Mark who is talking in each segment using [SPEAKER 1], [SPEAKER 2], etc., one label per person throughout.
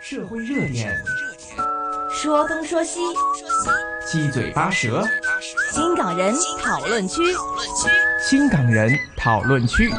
[SPEAKER 1] 社会热点，
[SPEAKER 2] 说东说西，
[SPEAKER 1] 七嘴八舌，
[SPEAKER 2] 新港人讨论区。
[SPEAKER 1] 新港人讨论区。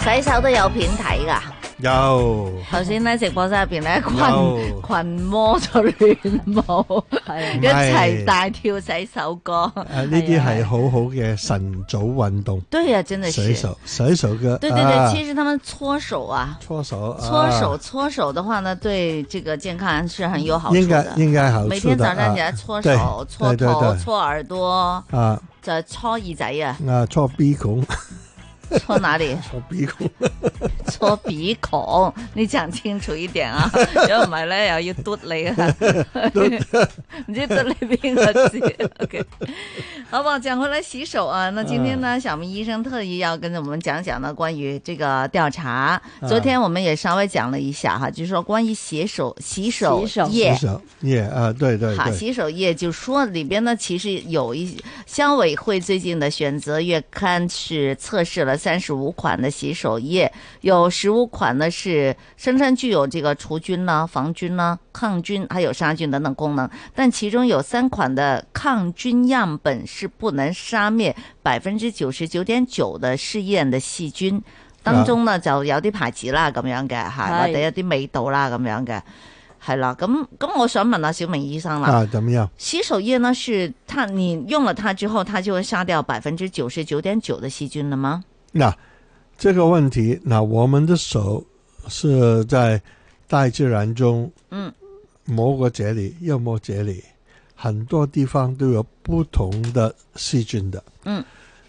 [SPEAKER 2] 洗手都有片睇㗎。
[SPEAKER 3] 有
[SPEAKER 2] 頭先咧直播室入邊咧
[SPEAKER 3] 有
[SPEAKER 2] 群群魔就亂 舞，
[SPEAKER 3] 唔係
[SPEAKER 2] 一齊大跳洗手歌。
[SPEAKER 3] 啊呢啲係好好嘅晨早運動，
[SPEAKER 2] 對呀，真的是
[SPEAKER 3] 洗。手洗手嘅，
[SPEAKER 2] 對對對，
[SPEAKER 3] 啊
[SPEAKER 2] 其實他們搓手啊，
[SPEAKER 3] 搓手啊
[SPEAKER 2] 搓手搓手的話呢，對這個健康是很有好處
[SPEAKER 3] 應該
[SPEAKER 2] 的。
[SPEAKER 3] 應該好處的啊
[SPEAKER 2] 每天早上起來搓手、搓
[SPEAKER 3] 對對對
[SPEAKER 2] 頭、
[SPEAKER 3] 對
[SPEAKER 2] 搓耳朵，
[SPEAKER 3] 啊
[SPEAKER 2] 就搓耳仔 啊，
[SPEAKER 3] 啊搓鼻孔，
[SPEAKER 2] 搓哪裡？
[SPEAKER 3] 搓鼻孔，
[SPEAKER 2] 搓鼻孔，你講清楚一點 啊！如果唔係咧，又要嘟你啊， 唔知嘟你邊個字。OK，好吧，講回來洗手啊，那今天
[SPEAKER 4] 嗯
[SPEAKER 2] 呢，小明醫生特意要跟我們講講呢關於這個調查。昨
[SPEAKER 4] 嗯
[SPEAKER 2] 天我們也稍微講了一下哈，就是說關於洗手洗手
[SPEAKER 4] 洗手
[SPEAKER 2] 液
[SPEAKER 3] 洗。手耶啊對對
[SPEAKER 2] 好，
[SPEAKER 3] 對，
[SPEAKER 2] 洗手液就说里边呢，其实有一消委会最近的选择月刊是测试了三十五款的洗手液，有十五款呢是声称具有这个除菌呢、防菌呢、抗菌还有杀菌等等功能，但其中有三款的抗菌样本是不能杀灭百分之九十九点九的试验的细菌。當中呢就有啲牌子啦咁樣嘅，係
[SPEAKER 4] 係
[SPEAKER 2] 或者有啲味道啦咁樣嘅，係啦。咁咁，我想問下小明醫生啦，
[SPEAKER 3] 啊怎麼樣？
[SPEAKER 2] 洗手液呢是它你用了它之後，它就會殺掉百分之九十九點九的細菌了嗎？
[SPEAKER 3] 那这个問題，那我們的手是在大自然中，
[SPEAKER 2] 嗯，
[SPEAKER 3] 摸過這裡，又摸這裡，很多地方都有不同的細菌的，
[SPEAKER 2] 嗯，，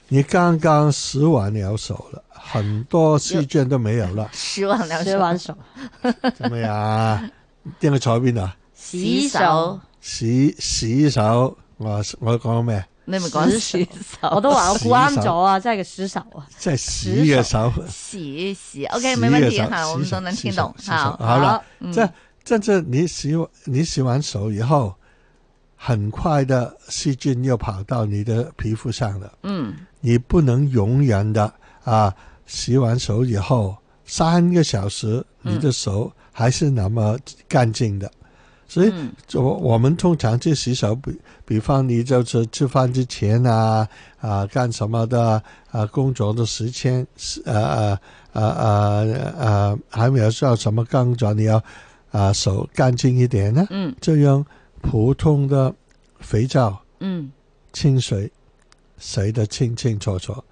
[SPEAKER 3] 你剛剛洗完了手了，很多細菌都沒有了
[SPEAKER 2] 洗完了
[SPEAKER 4] 洗完手，
[SPEAKER 3] 怎啊麼樣？邊個坐邊啊？
[SPEAKER 2] 洗手，，
[SPEAKER 3] 洗洗手，我我講咩？
[SPEAKER 2] 你咪講
[SPEAKER 4] 洗
[SPEAKER 2] 洗
[SPEAKER 4] 我
[SPEAKER 2] 手，
[SPEAKER 4] 都話我估啱咗啊，真係個洗手啊，
[SPEAKER 3] 即係洗嘅手。
[SPEAKER 2] 洗洗
[SPEAKER 3] 洗
[SPEAKER 2] ，OK，沒問題
[SPEAKER 3] 手
[SPEAKER 2] 哈，我們
[SPEAKER 3] 洗手
[SPEAKER 2] 都能
[SPEAKER 3] 洗
[SPEAKER 2] 聽
[SPEAKER 3] 手
[SPEAKER 2] 懂，
[SPEAKER 3] 洗手
[SPEAKER 2] 好，
[SPEAKER 3] 好了，
[SPEAKER 2] 嗯
[SPEAKER 3] 这这这你洗完你洗完手以后，很快的细菌又跑到你的皮肤上了。
[SPEAKER 2] 嗯，
[SPEAKER 3] 你不能永远的啊，洗完手以后三个小时，你的手还是那么干净的。所以
[SPEAKER 2] 嗯，
[SPEAKER 3] 我我们通常去洗手，比比方你就是吃饭之前啊，啊干什么的啊，工作的时间，是呃呃呃呃呃，还没有做什么工作，你要啊手干净一点呢。
[SPEAKER 2] 嗯
[SPEAKER 3] 这样普通的肥皂、
[SPEAKER 2] 嗯
[SPEAKER 3] 清水洗得清清楚楚，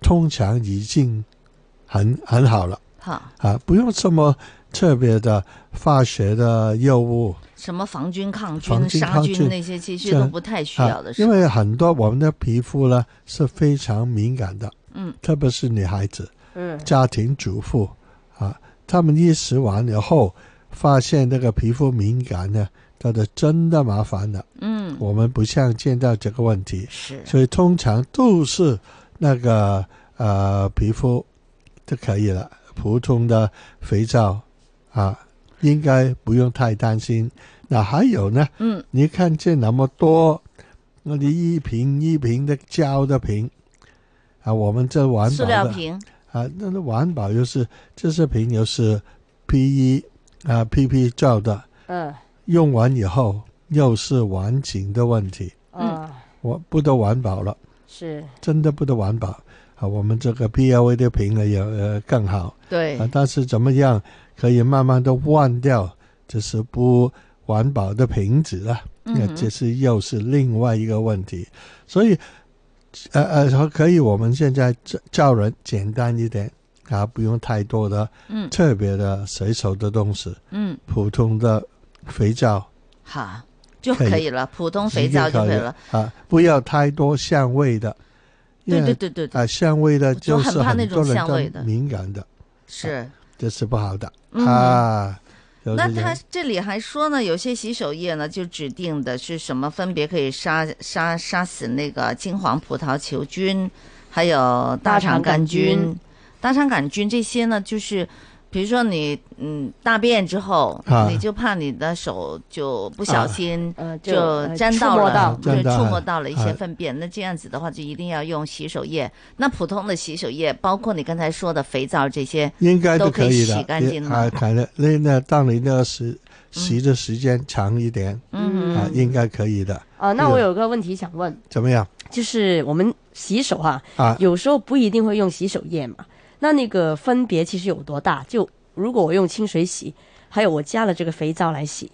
[SPEAKER 3] 通常已经很很好了
[SPEAKER 2] 好，
[SPEAKER 3] 啊，不用什么特别的化学的药物。
[SPEAKER 2] 什麼防菌、抗菌、
[SPEAKER 3] 防菌
[SPEAKER 2] 殺
[SPEAKER 3] 抗菌
[SPEAKER 2] 菌那些其實
[SPEAKER 3] 這
[SPEAKER 2] 都
[SPEAKER 3] 樣
[SPEAKER 2] 不太需要的
[SPEAKER 3] 啊因
[SPEAKER 2] 是，
[SPEAKER 3] 为很多我们的皮肤呢是非常敏感的，
[SPEAKER 2] 嗯，
[SPEAKER 3] 特别是女孩子、
[SPEAKER 4] 嗯，
[SPEAKER 3] 家庭主妇啊，她们一洗完以后，发现那个皮肤敏感呢，那就真的麻烦了。
[SPEAKER 2] 嗯，
[SPEAKER 3] 我们不像见到这个问题，
[SPEAKER 2] 是，
[SPEAKER 3] 所以通常都是那个呃皮肤就可以了，普通的肥皂啊，应该不用太担心。那还有呢？
[SPEAKER 2] 嗯
[SPEAKER 3] 你看见那么多那里一瓶一瓶的胶的瓶啊，我们这环
[SPEAKER 2] 塑
[SPEAKER 3] 保
[SPEAKER 2] 料
[SPEAKER 3] 的
[SPEAKER 2] 瓶，
[SPEAKER 3] 啊，那那环保又是这些瓶又是 P E 啊 P P 罩的，
[SPEAKER 4] 嗯，
[SPEAKER 3] 用完以后又是环境的问题，
[SPEAKER 2] 嗯
[SPEAKER 4] 啊，
[SPEAKER 3] 我不得环保了，
[SPEAKER 4] 是，
[SPEAKER 3] 真的不得环保啊！我们这个 P L A 的瓶呢也呃更好
[SPEAKER 2] 對
[SPEAKER 3] 啊，，但是怎么样可以慢慢的换掉，就是不环保的瓶子了。那
[SPEAKER 2] 嗯
[SPEAKER 3] 这是又是另外一个问题，所以，呃呃，可以我们现在教教人简单一点啊，不用太多的
[SPEAKER 2] 嗯
[SPEAKER 3] 特别的随手的东西，
[SPEAKER 2] 嗯，
[SPEAKER 3] 普通的肥皂
[SPEAKER 2] 好就
[SPEAKER 3] 可以
[SPEAKER 2] 可以了，普通肥皂就可以了。
[SPEAKER 3] 啊，不要太多香味的，
[SPEAKER 2] 对
[SPEAKER 3] 因
[SPEAKER 2] 對
[SPEAKER 3] 为
[SPEAKER 2] 对對，對
[SPEAKER 3] 啊，香味的
[SPEAKER 2] 就
[SPEAKER 3] 就是
[SPEAKER 2] 很怕那
[SPEAKER 3] 很
[SPEAKER 2] 种
[SPEAKER 3] 多人
[SPEAKER 2] 香味的
[SPEAKER 3] 都敏感的，
[SPEAKER 2] 是。
[SPEAKER 3] 这是不好的
[SPEAKER 2] 嗯
[SPEAKER 3] 啊。就是
[SPEAKER 2] 那
[SPEAKER 3] 这样
[SPEAKER 2] 他这里还说呢，有些洗手液呢就指定的是什么分别可以杀杀杀死那个金黄葡萄球菌，还有大肠杆
[SPEAKER 4] 大肠杆
[SPEAKER 2] 菌
[SPEAKER 4] 菌、
[SPEAKER 2] 大肠杆菌这些呢，就是比如说你嗯大便之后，
[SPEAKER 3] 啊
[SPEAKER 2] 你就怕你的手就不小心。
[SPEAKER 4] 呃，就
[SPEAKER 2] 就
[SPEAKER 4] 呃
[SPEAKER 2] 沾
[SPEAKER 4] 触
[SPEAKER 2] 到
[SPEAKER 4] 摸
[SPEAKER 2] 了，
[SPEAKER 4] 到
[SPEAKER 2] 对，
[SPEAKER 3] 沾到
[SPEAKER 2] 触
[SPEAKER 3] 了
[SPEAKER 2] 摸到了一些
[SPEAKER 3] 啊
[SPEAKER 2] 粪便。那这样子的话，就一定要用洗手液。那普通的洗手液，包括你刚才说的肥皂这些，
[SPEAKER 3] 应该都可
[SPEAKER 2] 都
[SPEAKER 3] 以
[SPEAKER 2] 可以
[SPEAKER 3] 的
[SPEAKER 2] 洗，干净吗
[SPEAKER 3] 啊，可能那那当你那个时洗的时间长一点、
[SPEAKER 2] 嗯
[SPEAKER 3] 啊
[SPEAKER 4] 嗯，
[SPEAKER 3] 应该可以的。
[SPEAKER 4] 啊、那我有个问题想问，
[SPEAKER 3] 怎么样
[SPEAKER 4] 就是我们洗手哈、
[SPEAKER 3] 啊？
[SPEAKER 4] 有时候不一定会用洗手液嘛，那那个分别其实有多大？就如果我用清水洗，还有我加了这个肥皂来洗，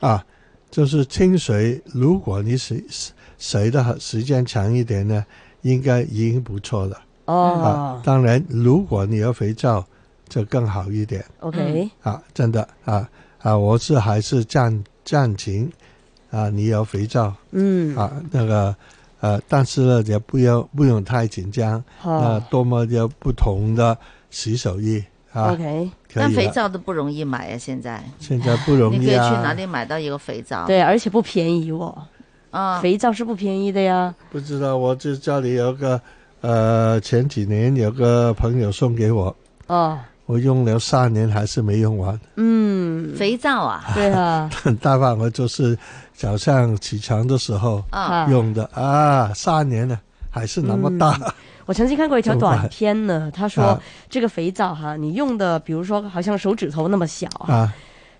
[SPEAKER 3] 啊，就是清水，如果你洗洗洗的时间长一点呢，应该已经不错了啊
[SPEAKER 2] 嗯
[SPEAKER 4] 哦。、
[SPEAKER 3] 当然，如果你要肥皂，就更好一点
[SPEAKER 4] o k
[SPEAKER 3] 啊，真的啊啊，我是还是赞赞成啊，你要肥皂
[SPEAKER 4] 嗯，
[SPEAKER 3] 啊，那个呃，但是呢，也不要不用太紧张，
[SPEAKER 2] 哦
[SPEAKER 4] 好、
[SPEAKER 3] 那多么的不同的洗手液啊
[SPEAKER 4] o，k
[SPEAKER 3] 可
[SPEAKER 2] 哦但
[SPEAKER 3] 以
[SPEAKER 2] 肥
[SPEAKER 3] 了。
[SPEAKER 2] 皂都不容易买呀、现在
[SPEAKER 3] 现在不容
[SPEAKER 2] 你可
[SPEAKER 3] 易
[SPEAKER 2] 以去
[SPEAKER 3] 啊，
[SPEAKER 2] 哪里买到一个肥皂？
[SPEAKER 4] 对，而且不便宜哦，
[SPEAKER 2] 啊，
[SPEAKER 4] 肥皂是不便宜的呀。
[SPEAKER 3] 不知道，我这家里有个，呃，前几年有个朋友送给我，
[SPEAKER 4] 哦，
[SPEAKER 3] 我用了三年还是没用完。
[SPEAKER 4] 嗯，
[SPEAKER 2] 肥皂啊，
[SPEAKER 4] 对啊，
[SPEAKER 3] 大半我就是早上起床的时候
[SPEAKER 2] 啊，
[SPEAKER 4] 啊
[SPEAKER 3] 用的啊，三年了还是那么大、
[SPEAKER 4] 我曾经看过一条
[SPEAKER 3] 怎么办
[SPEAKER 4] 短 片呢，他说
[SPEAKER 3] 啊
[SPEAKER 4] 这个肥皂哈，你用的比如说好像手指头那么小
[SPEAKER 2] 嗯
[SPEAKER 4] 啊，
[SPEAKER 3] 啊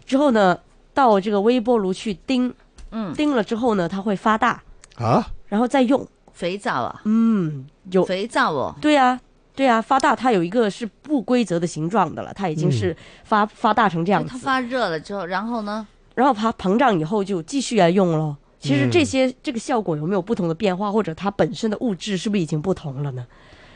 [SPEAKER 4] 之后呢到这个微波炉去叮，
[SPEAKER 2] 嗯，
[SPEAKER 4] 叮了之后呢它会发大，
[SPEAKER 3] 啊！
[SPEAKER 4] 然后再用，
[SPEAKER 2] 肥皂啊，
[SPEAKER 4] 嗯，有
[SPEAKER 2] 肥皂哦，
[SPEAKER 4] 对啊。对啊，发大它有一个是不规则的形状的了，它已经
[SPEAKER 3] 嗯
[SPEAKER 4] 是发、发大成这样
[SPEAKER 2] 它
[SPEAKER 4] 子，
[SPEAKER 2] 发热了之后，然后呢？
[SPEAKER 4] 然后它膨胀以后就继续来用咯。其实
[SPEAKER 3] 嗯
[SPEAKER 4] 这些、这个效果有没有不同的变化，或者它本身的物质是不是已经不同了呢？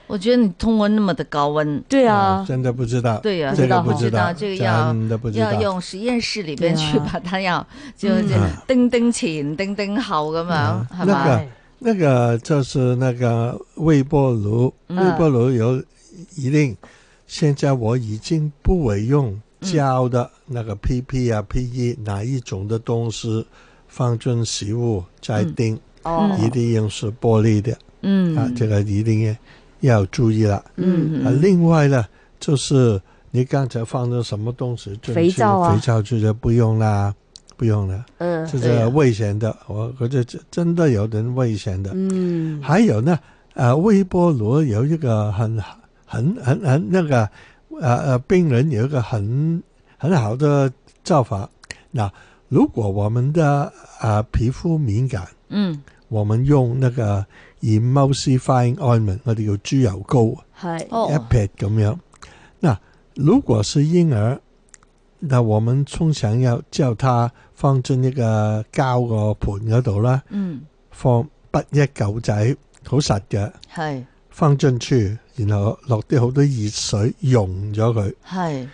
[SPEAKER 2] 我觉得你通过那么的高温，
[SPEAKER 4] 对
[SPEAKER 3] 啊
[SPEAKER 4] 啊，
[SPEAKER 3] 真的不知道，
[SPEAKER 2] 对呀、
[SPEAKER 4] 不
[SPEAKER 3] 这
[SPEAKER 4] 知
[SPEAKER 3] 个
[SPEAKER 4] 道
[SPEAKER 3] 不
[SPEAKER 4] 哈
[SPEAKER 3] 知道，
[SPEAKER 2] 这个要
[SPEAKER 3] 真的不知道
[SPEAKER 2] 要。用实验室里边
[SPEAKER 4] 对啊
[SPEAKER 2] 去把它要，就就
[SPEAKER 3] 嗯
[SPEAKER 2] 叮叮前、叮叮后咁樣，
[SPEAKER 3] 嗯
[SPEAKER 2] 係
[SPEAKER 3] 那
[SPEAKER 2] 嘛？
[SPEAKER 3] 个那个就是那个微波炉，
[SPEAKER 4] 嗯
[SPEAKER 2] 嗯
[SPEAKER 3] 微波炉有一定，现在我已经不会用胶的那个 PP 啊、PE 哪一种的东西放进食物再叮，
[SPEAKER 4] 哦，
[SPEAKER 3] 一定用是玻璃的、啊
[SPEAKER 2] 嗯，
[SPEAKER 3] 这个一定要注意了。
[SPEAKER 2] 嗯
[SPEAKER 3] 啊，
[SPEAKER 2] 嗯
[SPEAKER 3] 另外呢，就是你刚才放了什么东西进去？
[SPEAKER 4] 肥皂啊
[SPEAKER 3] 肥皂就是不用啦，不用了，
[SPEAKER 4] 嗯
[SPEAKER 3] 这
[SPEAKER 2] 对
[SPEAKER 3] 是
[SPEAKER 2] 呀
[SPEAKER 3] 危险的。我我觉得这真的有点危险的。
[SPEAKER 4] 嗯，
[SPEAKER 3] 还有呢，呃，微波炉有一个很很很很那个，呃呃，病人有一个很很好的做法。那如果我们的呃皮肤敏感，
[SPEAKER 2] 嗯
[SPEAKER 3] 我们用那個 emulsifying ointment，我哋叫豬油膏，
[SPEAKER 4] 系
[SPEAKER 2] 哦
[SPEAKER 3] 一撇咁樣。那如果是嬰兒，那我們通常要叫他放進一個膠個盤嗰度啦，
[SPEAKER 2] 嗯，
[SPEAKER 3] 放不一嚿仔，好實嘅。
[SPEAKER 2] 係
[SPEAKER 3] 放進去，然後落啲好多熱水溶咗佢，
[SPEAKER 2] 係，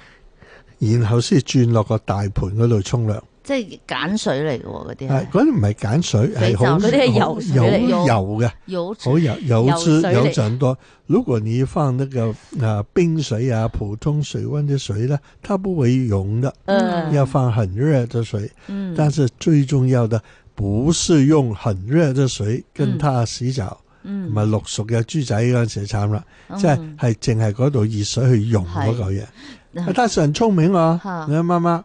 [SPEAKER 3] 然後先轉落個大盤嗰度沖涼。
[SPEAKER 2] 即係鹼水嚟嘅喎，嗰啲
[SPEAKER 3] 係
[SPEAKER 2] 係
[SPEAKER 3] 嗰啲唔係鹼水，
[SPEAKER 2] 肥
[SPEAKER 3] 係
[SPEAKER 2] 皂
[SPEAKER 3] 好
[SPEAKER 2] 嗰
[SPEAKER 4] 啲係油水
[SPEAKER 3] 好
[SPEAKER 2] 嚟
[SPEAKER 3] 有油嘅，
[SPEAKER 2] 有
[SPEAKER 3] 好油油脂
[SPEAKER 4] 油水嚟
[SPEAKER 3] 有很多。如果你放那個啊冰水啊普通水温的水呢，它不會溶的，
[SPEAKER 4] 嗯
[SPEAKER 3] 要放很熱的水。
[SPEAKER 2] 嗯
[SPEAKER 3] 但是最重要的不是用很熱的水跟它洗澡，唔
[SPEAKER 2] 嗯
[SPEAKER 3] 係綠熟嘅豬仔嗰陣時就慘啦。即係
[SPEAKER 2] 嗯
[SPEAKER 3] 係淨係嗰度熱水去溶嗰嚿嘢。
[SPEAKER 2] 嗯
[SPEAKER 3] 啊但是很聰明啊
[SPEAKER 2] 哈，
[SPEAKER 3] 你看媽媽，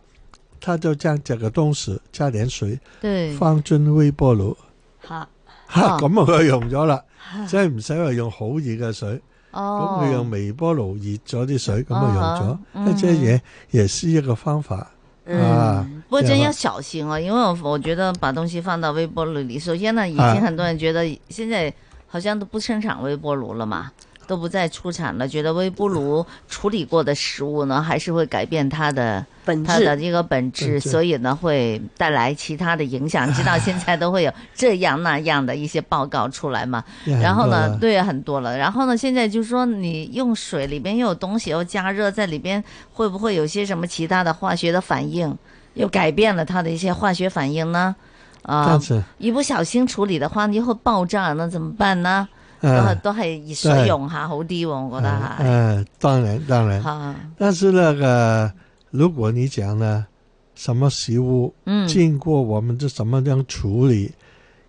[SPEAKER 3] 她就將這個東西加點水
[SPEAKER 2] 對
[SPEAKER 3] 放進微波爐，
[SPEAKER 4] 吓
[SPEAKER 3] 嚇
[SPEAKER 2] 嗯啊
[SPEAKER 3] 咁啊佢溶咗啦，即係唔使話用好熱嘅水，咁
[SPEAKER 2] 哦，
[SPEAKER 3] 佢用微波爐熱咗啲水，咁啊溶
[SPEAKER 2] 啊哈
[SPEAKER 3] 咗。即係嘢也是一個方法啊。
[SPEAKER 2] 嗯不过真
[SPEAKER 3] 然
[SPEAKER 2] 要
[SPEAKER 3] 后
[SPEAKER 2] 小心哦，因为我我觉得把东西放到微波炉里，首先呢，已
[SPEAKER 3] 啊
[SPEAKER 2] 经很多人觉得现在好像都不生产微波炉了嘛，都不再出产了，觉得微波炉处理过的食物呢，还是会改变它的
[SPEAKER 4] 本
[SPEAKER 2] 它的
[SPEAKER 4] 质
[SPEAKER 2] 这个本质，
[SPEAKER 3] 本质
[SPEAKER 2] 所以呢，会带来其他的影响。直到现在都会有这样那样的一些报告出来嘛。
[SPEAKER 3] 因为
[SPEAKER 2] 然后
[SPEAKER 3] 很
[SPEAKER 2] 呢，
[SPEAKER 3] 多
[SPEAKER 2] 对，很多了。然后呢，现在就说你用水里边又有东西又加热在里边，会不会有些什么其他的化学的反应，又改变了它的一些化学反应呢？啊、
[SPEAKER 3] 但是
[SPEAKER 2] 一不小心處理的話，你會爆炸，那怎麼辦呢？都係
[SPEAKER 3] 誒
[SPEAKER 2] 都係熱水
[SPEAKER 3] 對
[SPEAKER 2] 用下好啲喎，我覺得係。
[SPEAKER 3] 誒，啊當然當然，
[SPEAKER 2] 嚇，
[SPEAKER 3] 但是那個如果你講呢，什麼食物？
[SPEAKER 2] 嗯，
[SPEAKER 3] 经过我们这怎么样处理，
[SPEAKER 2] 嗯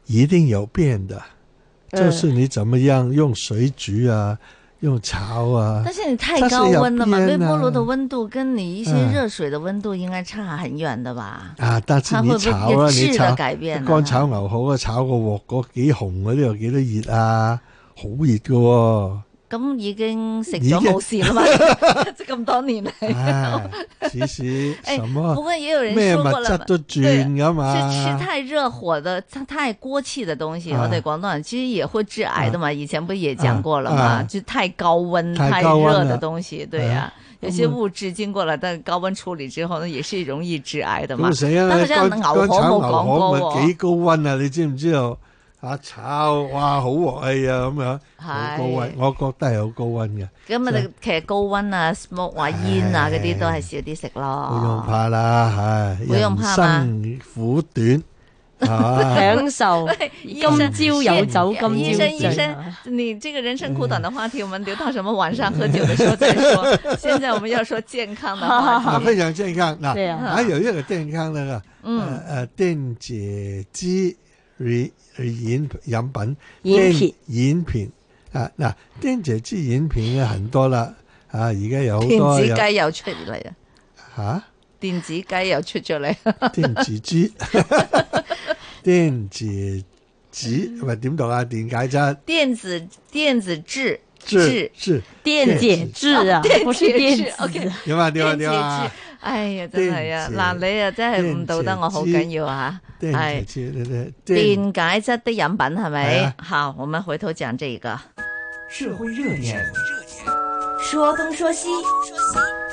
[SPEAKER 3] 一定有变的。就是你怎么样用水煮啊，用炒啊
[SPEAKER 2] 但，是你太高温了嘛，
[SPEAKER 3] 它是有
[SPEAKER 2] 微
[SPEAKER 3] 变的
[SPEAKER 2] 波炉的温度跟你一些
[SPEAKER 3] 嗯
[SPEAKER 2] 热水的温度应该差很远的吧？
[SPEAKER 3] 啊，但是
[SPEAKER 2] 它
[SPEAKER 3] 你
[SPEAKER 2] 会不
[SPEAKER 3] 炒
[SPEAKER 2] 会
[SPEAKER 3] 啊，
[SPEAKER 2] 質
[SPEAKER 3] 你
[SPEAKER 2] 嘅
[SPEAKER 3] 炒
[SPEAKER 2] 改變啊？
[SPEAKER 3] 乾炒牛河啊，炒個鑊嗰幾紅嗰啲又幾多熱啊，好熱嘅喎、
[SPEAKER 2] 咁已經食咗冇事啦嘛， 即係咁多年嚟。
[SPEAKER 3] 唉，試試
[SPEAKER 2] 哎
[SPEAKER 3] 什
[SPEAKER 2] 不
[SPEAKER 3] 麼
[SPEAKER 2] 過也有人
[SPEAKER 3] 哦咩物
[SPEAKER 2] 說過了
[SPEAKER 3] 質
[SPEAKER 2] 嘛，
[SPEAKER 3] 都轉噶
[SPEAKER 2] 是吃
[SPEAKER 3] 嘛，
[SPEAKER 2] 太熱火的、太太過氣的東西，
[SPEAKER 3] 啊
[SPEAKER 2] 我哋廣東人其實也會致癌的嘛。以前不也講過了
[SPEAKER 3] 啊
[SPEAKER 2] 嘛，
[SPEAKER 3] 啊
[SPEAKER 2] 就太高溫、
[SPEAKER 3] 太
[SPEAKER 2] 太
[SPEAKER 3] 高溫
[SPEAKER 2] 熱的
[SPEAKER 3] 了啊
[SPEAKER 2] 東西，對呀。有些物質經過了但高溫處理之後呢，也是容易致癌的嘛
[SPEAKER 3] 咁。死啊！
[SPEAKER 2] 但係
[SPEAKER 3] 乾
[SPEAKER 2] 真係
[SPEAKER 3] 乾
[SPEAKER 2] 牛河
[SPEAKER 3] 炒牛
[SPEAKER 2] 冇講過
[SPEAKER 3] 河
[SPEAKER 2] 喎
[SPEAKER 3] 咪幾高温啊？你知唔知道？啊炒哇好鑊氣啊咁樣，好高
[SPEAKER 2] 係
[SPEAKER 3] 温，。我覺得係好高温嘅，
[SPEAKER 2] 咁啊，
[SPEAKER 3] 即
[SPEAKER 2] 你其實高温啊、smoke 啊、煙啊
[SPEAKER 3] 唉
[SPEAKER 2] 嗰啲都係少啲食
[SPEAKER 3] 冇用
[SPEAKER 2] 咯。
[SPEAKER 3] 怕啦，唉，
[SPEAKER 2] 冇用
[SPEAKER 3] 人
[SPEAKER 2] 怕嘛
[SPEAKER 3] 生苦短， 啊，
[SPEAKER 4] 享受
[SPEAKER 2] 醫
[SPEAKER 4] 今
[SPEAKER 2] 生
[SPEAKER 4] 朝有酒今
[SPEAKER 2] 醫
[SPEAKER 4] 朝
[SPEAKER 2] 生，醫
[SPEAKER 4] 醉
[SPEAKER 2] 生
[SPEAKER 4] 啊。，
[SPEAKER 2] 你这个人生苦短的话题，我们留到什么晚上喝酒的时候再说。现在我们要说健康的话
[SPEAKER 3] 啊
[SPEAKER 2] 题。
[SPEAKER 3] 非常健康嗱，
[SPEAKER 4] 對啊
[SPEAKER 3] 啊有一個健康咧。
[SPEAKER 2] 嗯，
[SPEAKER 3] 誒誒電呃解質乳乳飲飲品，
[SPEAKER 4] 飲
[SPEAKER 3] 電
[SPEAKER 4] 品
[SPEAKER 3] 飲品啊嗱，電解質飲品咧很多啦，啊而家有好
[SPEAKER 2] 電
[SPEAKER 3] 多
[SPEAKER 2] 子
[SPEAKER 3] 有
[SPEAKER 2] 雞又出嚟啦，
[SPEAKER 3] 嚇
[SPEAKER 2] 電子雞又出咗嚟。
[SPEAKER 3] 電子質電解質，喂點讀啊？電解質
[SPEAKER 2] 電子電子質
[SPEAKER 3] 質
[SPEAKER 2] 質
[SPEAKER 3] 質
[SPEAKER 4] 電解質啊，不是電
[SPEAKER 2] 電解質
[SPEAKER 4] 子
[SPEAKER 2] ，OK。
[SPEAKER 3] 點啊點啊
[SPEAKER 2] 電
[SPEAKER 3] 點
[SPEAKER 2] 解質
[SPEAKER 3] 啊！，
[SPEAKER 2] 哎呀，真係啊！
[SPEAKER 3] 電子
[SPEAKER 2] 嗱，你啊真係誤導得我好緊要啊！
[SPEAKER 3] 電解質呢啲
[SPEAKER 2] 電
[SPEAKER 3] 電
[SPEAKER 2] 解質的飲品係
[SPEAKER 3] 係
[SPEAKER 2] 咪
[SPEAKER 3] 啊？
[SPEAKER 2] 好，我們回頭講這個。
[SPEAKER 1] 社会热点，
[SPEAKER 5] 说东说西，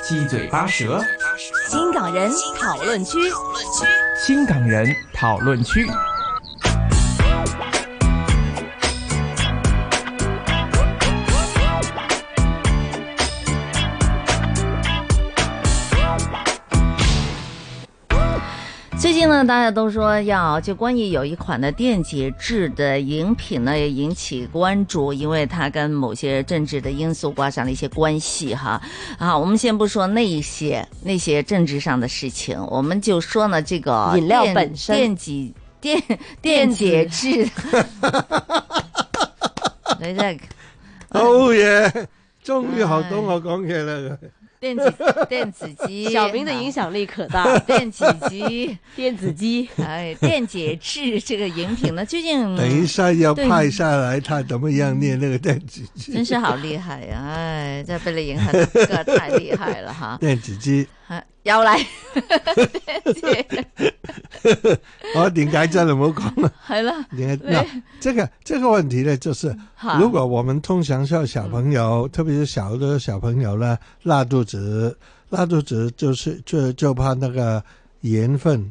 [SPEAKER 1] 七嘴八舌，
[SPEAKER 5] 新港人讨论区。
[SPEAKER 1] 新港人讨论区。
[SPEAKER 2] 最近呢，大家都说要就关于有一款的电解质的饮品呢，也引起关注，因为它跟某些政治的因素挂上了一些关系哈。啊，我们先不说那一些那些政治上的事情，我们就说呢这个
[SPEAKER 4] 饮料
[SPEAKER 2] 电
[SPEAKER 4] 本身
[SPEAKER 2] 电解电电解质。你真係
[SPEAKER 3] 好嘢，終於學到我講嘢啦！
[SPEAKER 2] 電子電子機，
[SPEAKER 4] 小明的影響力可大，
[SPEAKER 2] 電子機，
[SPEAKER 4] 電子雞
[SPEAKER 2] 哎，電解质这个饮品呢，究
[SPEAKER 4] 嗯
[SPEAKER 2] 竟
[SPEAKER 3] 等一下要
[SPEAKER 2] 對
[SPEAKER 3] 派下來，他怎麼樣念那個電子
[SPEAKER 2] 真
[SPEAKER 3] 質？
[SPEAKER 2] 是好厉害呀、唉，真系俾你影响得太厉害啦吓
[SPEAKER 3] 電子質。
[SPEAKER 2] 啊！ 又嚟，
[SPEAKER 3] 我點解哦真的唔好講啦？
[SPEAKER 2] 系啦，
[SPEAKER 3] 你那这个这个问题呢，就是
[SPEAKER 2] 哈
[SPEAKER 3] 如果我们通常叫小朋友，
[SPEAKER 4] 嗯
[SPEAKER 3] 特别是小的小朋友呢，拉肚子，拉肚子就是就就怕那个盐分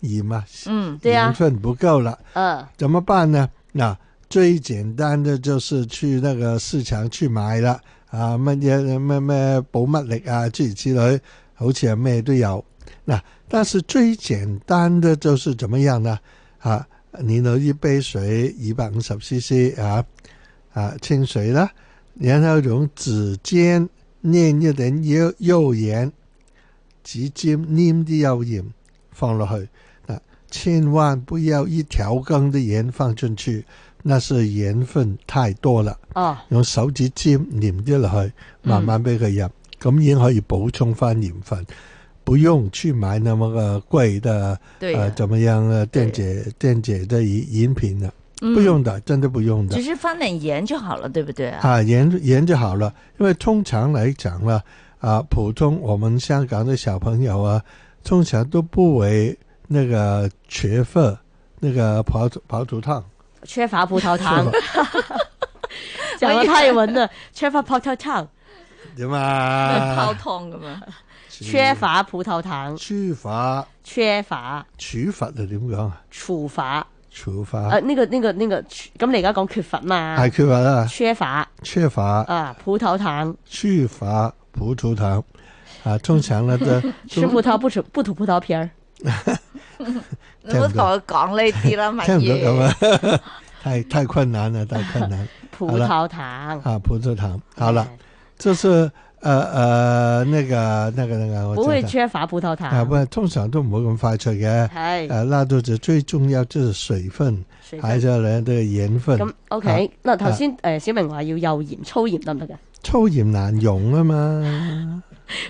[SPEAKER 3] 盐嘛，
[SPEAKER 2] 嗯，
[SPEAKER 4] 对啊
[SPEAKER 3] 盐分不够了，
[SPEAKER 4] 嗯，
[SPEAKER 3] 怎么办呢？那最简单的就是去那个市场去买啦，啊乜嘢咩咩保乜力啊，诸如此类，好似係咩都有。嗱，但是最简单的就是怎么样呢？啊，你攞一杯水二百五十 CC 啊啊清水啦，然后用指尖黏一点幼幼盐，指尖黏啲幼盐放落去。啊千万不要一条羹的盐放进去，那是盐分太多了。
[SPEAKER 4] 哦，
[SPEAKER 3] 用手指尖黏啲落去，
[SPEAKER 2] 嗯
[SPEAKER 3] 慢慢俾佢入，咁、已經可以補充翻鹽分，不用去買那麼個貴的
[SPEAKER 2] 对呀、
[SPEAKER 3] 呃怎麼樣呃
[SPEAKER 2] 對
[SPEAKER 3] 電解電解的飲飲品了，
[SPEAKER 2] 嗯
[SPEAKER 3] 啊不，用的，真的不用的
[SPEAKER 2] 只。是放点盐就好了，对不对啊？
[SPEAKER 3] 啊，盐盐就好了，因为通常来讲呢，啊，普通我们香港的小朋友啊，通常都不为那个缺乏那个跑跑肚汤，
[SPEAKER 4] 缺乏葡萄糖
[SPEAKER 3] 缺，
[SPEAKER 4] 講得太文了，缺乏葡萄糖，
[SPEAKER 3] 对
[SPEAKER 2] 泡
[SPEAKER 3] 嘛？
[SPEAKER 2] 汤咁啊嘛，
[SPEAKER 4] 缺乏葡萄糖，
[SPEAKER 3] 處罰
[SPEAKER 4] 缺乏
[SPEAKER 3] 處罰係點講啊？
[SPEAKER 4] 處罰，
[SPEAKER 3] 處罰
[SPEAKER 4] 呃，呢個呢個呢個，咁你而家講缺乏嘛
[SPEAKER 3] 啊係？缺乏啦，
[SPEAKER 4] 缺乏
[SPEAKER 3] 缺乏
[SPEAKER 4] 啊，葡萄糖，
[SPEAKER 3] 處罰葡萄糖啊，通常 呢都
[SPEAKER 4] 吃葡萄不吃不吐葡萄皮兒，
[SPEAKER 2] 你唔好同我讲呢啲啦，咪
[SPEAKER 3] 聽唔到
[SPEAKER 2] 嘢
[SPEAKER 3] 咁啊， 太太困難啦，太困難
[SPEAKER 4] 葡萄糖，
[SPEAKER 3] 啊！葡萄糖好了。就是呃呃那个那个那个，我
[SPEAKER 4] 不会
[SPEAKER 3] 知道
[SPEAKER 4] 缺乏葡萄糖。
[SPEAKER 3] 啊，不然通常都唔會咁快脆嘅。
[SPEAKER 4] 係
[SPEAKER 3] 呃，拉肚子最重要就是水分，
[SPEAKER 4] 嗯水
[SPEAKER 3] 還
[SPEAKER 4] 分。
[SPEAKER 3] 有呢這個鹽
[SPEAKER 4] 咁
[SPEAKER 3] 分。啊
[SPEAKER 4] OK，嗱頭先誒小明話要幼鹽、粗鹽得唔得㗎
[SPEAKER 3] 粗鹽難溶啊嘛，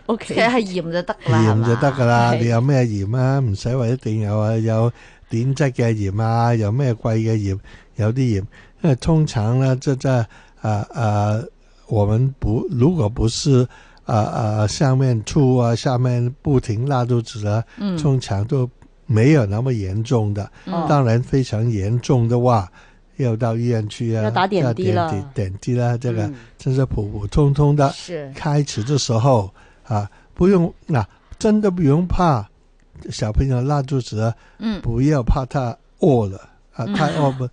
[SPEAKER 4] ？O
[SPEAKER 2] 其
[SPEAKER 4] K，
[SPEAKER 2] 實係鹽就得啦，係
[SPEAKER 3] 鹽
[SPEAKER 2] 嘛
[SPEAKER 3] 就得噶啦。
[SPEAKER 4] 係
[SPEAKER 3] 你有咩鹽啊？唔使話一定有啊，有碘質嘅鹽啊，有咩貴嘅鹽，有啲鹽。因為通常呢，這在呃呃，我們不如果不是呃呃下面粗啊，下面不停拉肚子啊，
[SPEAKER 2] 嗯，
[SPEAKER 3] 通常都沒有那麼嚴重的。
[SPEAKER 4] 哦
[SPEAKER 2] 嗯
[SPEAKER 3] 當然非常嚴重的話，要到醫院去啊，
[SPEAKER 4] 要打點滴
[SPEAKER 3] 要
[SPEAKER 4] 了
[SPEAKER 3] 點滴點滴啦，這個
[SPEAKER 4] 嗯
[SPEAKER 3] 真是普普通通的。
[SPEAKER 2] 是
[SPEAKER 3] 開始的時候啊，不用啊，真的不用怕小朋友拉肚子，
[SPEAKER 2] 嗯
[SPEAKER 3] 不要怕他餓了啊，
[SPEAKER 2] 嗯
[SPEAKER 3] 太餓不，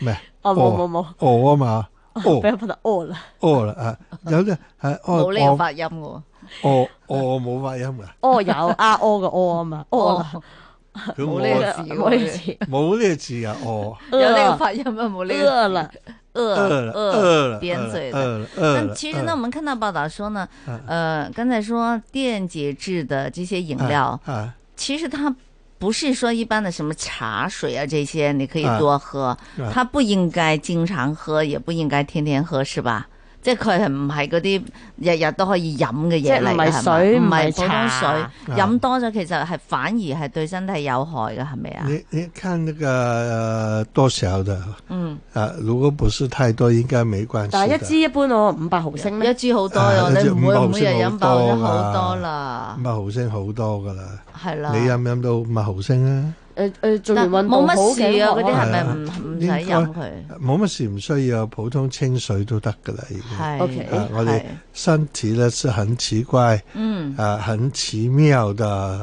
[SPEAKER 3] 沒
[SPEAKER 4] 哦冇冇冇，
[SPEAKER 3] 餓 啊嘛，
[SPEAKER 4] 不
[SPEAKER 3] 餓
[SPEAKER 4] 要怕得餓啦，
[SPEAKER 3] 餓了啊，有啲係
[SPEAKER 2] 哦冇呢個
[SPEAKER 3] 餓
[SPEAKER 2] 發音嘅
[SPEAKER 3] 餓餓冇發音㗎，
[SPEAKER 4] 餓有啊餓嘅餓啊嘛，餓啦
[SPEAKER 2] 喎，
[SPEAKER 3] 佢
[SPEAKER 2] 冇呢
[SPEAKER 3] 餓
[SPEAKER 2] 個字
[SPEAKER 4] 冇呢個字，
[SPEAKER 3] 冇呢個字啊，餓
[SPEAKER 2] 有呢個
[SPEAKER 4] 餓
[SPEAKER 2] 發音啊，冇呢個
[SPEAKER 4] 餓了
[SPEAKER 3] 嗯餓
[SPEAKER 4] 餓
[SPEAKER 3] 了餓了，
[SPEAKER 2] 扁嘴的
[SPEAKER 3] 餓了餓了
[SPEAKER 2] 但其实呢，我们看到报道说呢，
[SPEAKER 3] 嗯
[SPEAKER 2] 呃，刚才说电解质的这些饮
[SPEAKER 3] 啊
[SPEAKER 2] 料，
[SPEAKER 3] 啊
[SPEAKER 2] 其实它不是说一般的什么茶水啊这些你可以
[SPEAKER 3] 啊
[SPEAKER 2] 多喝，
[SPEAKER 3] 啊
[SPEAKER 2] 它不应该经常喝，也不应该天天喝，是吧？即係佢係唔係嗰啲日日都可以飲嘅
[SPEAKER 4] 即
[SPEAKER 2] 嘢
[SPEAKER 4] 係
[SPEAKER 2] 嚟
[SPEAKER 4] 唔
[SPEAKER 2] 㗎
[SPEAKER 4] 係
[SPEAKER 2] 係嘛
[SPEAKER 4] 水
[SPEAKER 2] 唔
[SPEAKER 4] 唔
[SPEAKER 2] 係
[SPEAKER 4] 係
[SPEAKER 2] 普通
[SPEAKER 3] 啊
[SPEAKER 4] 茶
[SPEAKER 2] 水，飲多咗其實係反而係對身體有害嘅，係咪啊？
[SPEAKER 3] 你你看那个、呃多少的
[SPEAKER 2] 嗯，
[SPEAKER 3] 啊？如果不是太多，应该没关系
[SPEAKER 4] 但係一支
[SPEAKER 3] 的。
[SPEAKER 4] 一般我五百毫升
[SPEAKER 2] 一
[SPEAKER 4] 咧，
[SPEAKER 2] 支好多
[SPEAKER 3] 啊
[SPEAKER 2] 喎，
[SPEAKER 3] 一
[SPEAKER 2] 你
[SPEAKER 3] 支
[SPEAKER 2] 唔會
[SPEAKER 3] 五毫
[SPEAKER 2] 每日
[SPEAKER 3] 升好
[SPEAKER 2] 飲爆咗
[SPEAKER 3] 多
[SPEAKER 2] 好
[SPEAKER 3] 㗎
[SPEAKER 2] 多啦
[SPEAKER 3] 五，百毫升好多噶啦，
[SPEAKER 2] 係啦。
[SPEAKER 3] 你飲唔飲到五百毫升啊？
[SPEAKER 4] 誒誒做完
[SPEAKER 2] 但
[SPEAKER 4] 運
[SPEAKER 2] 冇
[SPEAKER 4] 動
[SPEAKER 2] 乜
[SPEAKER 4] 好
[SPEAKER 2] 事
[SPEAKER 4] 嘅
[SPEAKER 2] 啊，嗰啲係
[SPEAKER 3] 係
[SPEAKER 2] 咪
[SPEAKER 3] 啊
[SPEAKER 2] 唔唔
[SPEAKER 3] 應
[SPEAKER 2] 使
[SPEAKER 3] 該
[SPEAKER 2] 飲佢？
[SPEAKER 3] 冇乜事，唔需要普通清水都得噶啦，已經。
[SPEAKER 2] 係
[SPEAKER 4] OK
[SPEAKER 3] 啊我哋
[SPEAKER 2] 係
[SPEAKER 3] 身體呢是很奇怪
[SPEAKER 2] 嗯
[SPEAKER 3] 啊，很奇妙的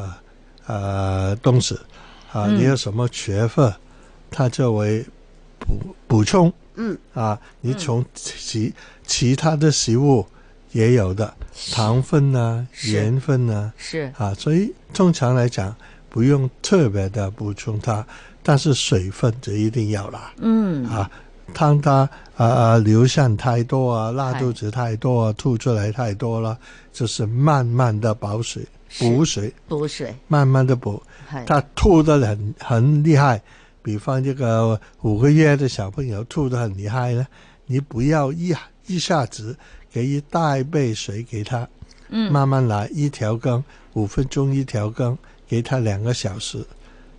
[SPEAKER 3] 呃东西啊，
[SPEAKER 2] 嗯
[SPEAKER 3] 你有什么缺乏，它就会补补充。
[SPEAKER 4] 嗯
[SPEAKER 3] 啊，你
[SPEAKER 2] 嗯
[SPEAKER 3] 从其其他的食物也有的。糖分啊、
[SPEAKER 2] 是
[SPEAKER 3] 盐分啊，
[SPEAKER 2] 是
[SPEAKER 3] 啊，所以通常来讲不用特别的补充它，但是水分就一定要啦。
[SPEAKER 2] 嗯
[SPEAKER 3] 啊，当它啊啊流向太多啊，拉肚子太多啊，吐出来太多了，就是慢慢的补水，补水，
[SPEAKER 2] 补水
[SPEAKER 3] 慢慢的补。
[SPEAKER 2] 係
[SPEAKER 3] 它吐得很很厉害，比方这个五个月的小朋友吐得很厉害呢，你不要一一下子给一大杯水给他。
[SPEAKER 2] 嗯
[SPEAKER 3] 慢慢来，一条羹，五分钟一条羹，给它两个小时，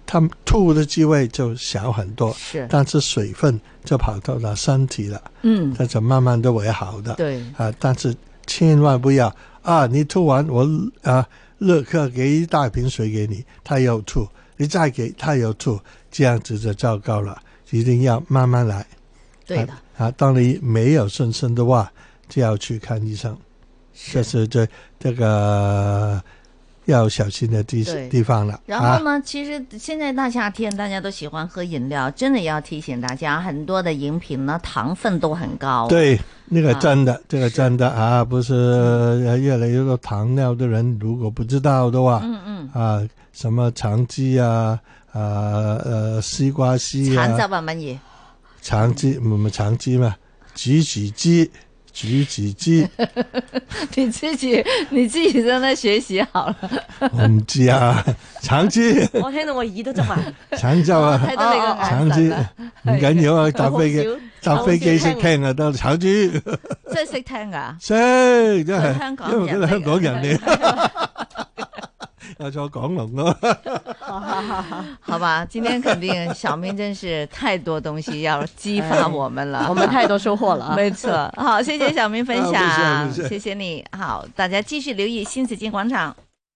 [SPEAKER 3] 它吐的机会就小很多，
[SPEAKER 2] 是
[SPEAKER 3] 但是水分就跑到了身体了，
[SPEAKER 2] 嗯
[SPEAKER 3] 它就慢慢的会好的。
[SPEAKER 2] 对
[SPEAKER 3] 啊，但是千万不要啊！你吐完我啊，立刻给一大瓶水给你，他又吐，你再给他又吐，这样子就糟糕了。一定要慢慢来。
[SPEAKER 2] 对的
[SPEAKER 3] 啊，啊，当你没有顺身的话，就要去看医生。这
[SPEAKER 2] 是。
[SPEAKER 3] 是这这个要小心的地
[SPEAKER 2] 对
[SPEAKER 3] 地方了。啊
[SPEAKER 2] 然后呢？其实现在大夏天，大家都喜欢喝饮料，真的要提醒大家，很多的饮品呢，糖分都很高
[SPEAKER 3] 啊？。对，那个
[SPEAKER 2] 啊
[SPEAKER 3] 真的，这个
[SPEAKER 2] 是
[SPEAKER 3] 真的啊，不是呃越来越多糖尿的人，如果不知道的话，
[SPEAKER 2] 嗯嗯，
[SPEAKER 3] 啊，什么橙汁啊，啊呃西瓜汁
[SPEAKER 2] 橙汁
[SPEAKER 3] 啊，
[SPEAKER 2] 啊乜嘢？
[SPEAKER 3] 橙汁唔唔橙汁嘛，枸杞汁，枸杞汁，
[SPEAKER 2] 你自己你自己在那学习好了，
[SPEAKER 3] 我唔知啊，橙汁，
[SPEAKER 4] 我聽到我耳都執埋，
[SPEAKER 3] 橙汁啊
[SPEAKER 2] 睇，到你
[SPEAKER 4] 哦哦
[SPEAKER 2] 個
[SPEAKER 3] 橙
[SPEAKER 2] 眼
[SPEAKER 3] 汁
[SPEAKER 2] 神啊，
[SPEAKER 3] 唔緊要啊，搭
[SPEAKER 4] 好
[SPEAKER 3] 飛機
[SPEAKER 4] 少
[SPEAKER 3] 搭飛機識聽啊，得橙汁。
[SPEAKER 2] 真係識聽噶。
[SPEAKER 3] 識真
[SPEAKER 2] 佢啊香港
[SPEAKER 3] 係，因為
[SPEAKER 2] 人
[SPEAKER 3] 佢
[SPEAKER 2] 嚟啊
[SPEAKER 3] 係香港
[SPEAKER 2] 嘅
[SPEAKER 3] 人嚟， 有坐港龍咯。
[SPEAKER 2] 好吧，今天肯定小明真是太多东西要激发 我们了。
[SPEAKER 4] 我们太多收穫了啊！
[SPEAKER 2] 没错，好，谢谢小明分
[SPEAKER 3] 啊不是啊
[SPEAKER 2] 享，
[SPEAKER 3] 不是
[SPEAKER 2] 谢谢你好，大家继续留意新紫金广场。